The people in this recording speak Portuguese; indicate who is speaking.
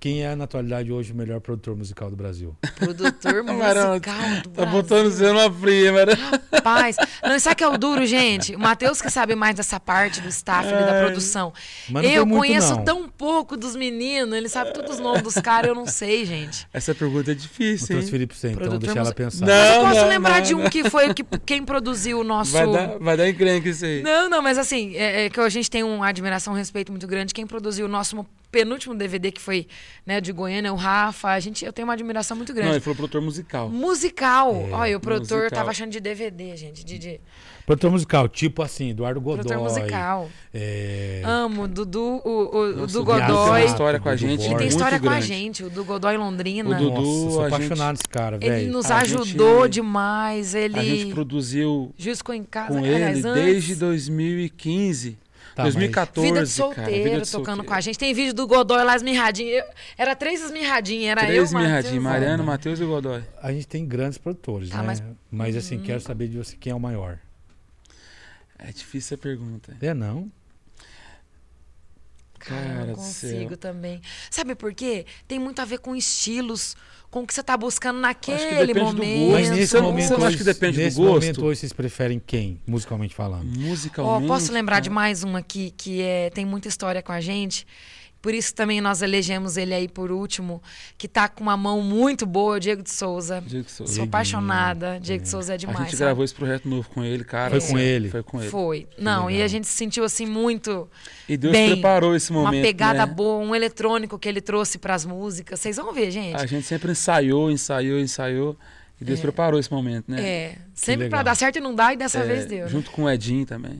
Speaker 1: Quem é, na atualidade, hoje o melhor produtor musical do Brasil?
Speaker 2: Produtor musical
Speaker 3: Marão,
Speaker 2: do
Speaker 3: Tá
Speaker 2: Brasil.
Speaker 3: botando você na prima, né?
Speaker 2: Rapaz, não, sabe o que é o duro, gente? O Matheus que sabe mais dessa parte do staff, ali, da produção.
Speaker 1: Mas não
Speaker 2: eu
Speaker 1: tem muito,
Speaker 2: conheço
Speaker 1: não.
Speaker 2: tão pouco dos meninos, ele sabe todos os nomes dos caras, eu não sei, gente.
Speaker 3: Essa pergunta é
Speaker 1: Vou
Speaker 3: difícil, hein?
Speaker 1: transferir pra você, então,
Speaker 2: Produtor
Speaker 1: deixar ela
Speaker 2: musical.
Speaker 1: pensar.
Speaker 3: Não.
Speaker 2: Mas eu posso lembrar
Speaker 3: não,
Speaker 2: de um
Speaker 3: não.
Speaker 2: que foi o que, quem produziu o nosso.
Speaker 3: Vai dar, vai dar encrenca isso aí.
Speaker 2: Não, não, mas assim, é, é que a gente tem uma admiração, um respeito muito grande. Quem produziu o nosso penúltimo DVD, que foi né, de Goiânia, o Rafa, a gente, eu tenho uma admiração muito
Speaker 3: Não,
Speaker 2: grande.
Speaker 3: ele falou produtor musical.
Speaker 2: Musical. Olha, o produtor
Speaker 3: musical.
Speaker 2: tava achando de DVD, gente. De, de-
Speaker 1: Produtor musical, tipo assim, Eduardo Godoy.
Speaker 2: produtor musical.
Speaker 1: É...
Speaker 2: Amo, Dudu, o, o- o
Speaker 3: Nossa,
Speaker 2: do
Speaker 3: o Dudu tem
Speaker 2: Godoy.
Speaker 3: uma história com a
Speaker 1: Dudu
Speaker 3: gente.
Speaker 1: Borges.
Speaker 2: Ele tem
Speaker 3: muito
Speaker 2: história com a
Speaker 3: grande.
Speaker 2: gente, o do Godoy Londrina.
Speaker 3: O Dudu,
Speaker 1: Nossa, sou
Speaker 3: a
Speaker 1: apaixonado
Speaker 3: gente-
Speaker 1: nesse cara,
Speaker 2: ele
Speaker 1: velho.
Speaker 2: nos
Speaker 3: a
Speaker 2: ajudou
Speaker 3: gente-
Speaker 2: demais.
Speaker 3: A gente
Speaker 2: Ele.
Speaker 3: produziu
Speaker 2: Juiz ficou em casa,
Speaker 3: com
Speaker 2: aliás,
Speaker 3: ele
Speaker 2: antes.
Speaker 3: desde 2015.
Speaker 1: Tá, mas-
Speaker 3: 2014,
Speaker 2: Vida de
Speaker 3: cara.
Speaker 2: solteiro
Speaker 3: Vida de
Speaker 2: tocando
Speaker 3: solteiro.
Speaker 2: com a gente. Tem vídeo do Godoy lá esmirradinho. Eu- era três esmirradinhas, era
Speaker 3: Três
Speaker 2: eu, Matheus. é
Speaker 3: Mirradinho, Mariano, Matheus e o Godoy.
Speaker 1: A gente tem grandes produtores,
Speaker 2: Tá,
Speaker 1: né?
Speaker 2: mas- Hum.
Speaker 1: Mas, assim, quero saber de você quem é o maior.
Speaker 3: É difícil essa pergunta.
Speaker 1: É não?
Speaker 2: Cara, eu não
Speaker 3: Cara do
Speaker 2: consigo
Speaker 3: céu.
Speaker 2: também. Sabe por quê? Tem muito a ver com estilos, com o que você tá buscando
Speaker 3: Acho que
Speaker 2: naquele
Speaker 3: depende do
Speaker 2: momento.
Speaker 3: gosto.
Speaker 1: Mas nesse
Speaker 3: Você não-
Speaker 1: momento,
Speaker 3: você não acha
Speaker 1: hoje-
Speaker 3: que depende do
Speaker 1: nesse
Speaker 3: gosto?
Speaker 1: momento hoje vocês preferem quem, musicalmente falando?
Speaker 2: Ó,
Speaker 3: Musicalmente.
Speaker 2: posso lembrar de
Speaker 3: cara.
Speaker 2: mais um aqui que é, tem muita história com a gente. Por isso também nós elegemos ele aí por último, que tá com uma mão muito boa, o Diego de Souza.
Speaker 3: Diego Souza.
Speaker 2: Sou
Speaker 1: Dieguinho.
Speaker 2: apaixonada, Diego de Souza é demais.
Speaker 3: A gente
Speaker 2: sabe?
Speaker 3: gravou esse projeto novo com ele, cara.
Speaker 1: Foi
Speaker 3: assim,
Speaker 1: com ele?
Speaker 3: Foi com ele.
Speaker 2: Foi. Não, e
Speaker 1: legal.
Speaker 2: a gente se sentiu assim muito
Speaker 3: E Deus
Speaker 2: bem,
Speaker 3: preparou esse momento.
Speaker 2: uma pegada
Speaker 3: né?
Speaker 2: boa, um eletrônico que ele trouxe pras músicas. Vocês vão ver, gente.
Speaker 3: A gente sempre ensaiou, ensaiou, ensaiou. E Deus preparou esse momento, né?
Speaker 2: É, sempre
Speaker 1: legal.
Speaker 2: pra dar certo e não dá, e dessa
Speaker 3: É,
Speaker 2: vez deu. né?
Speaker 3: Junto com o Edinho também.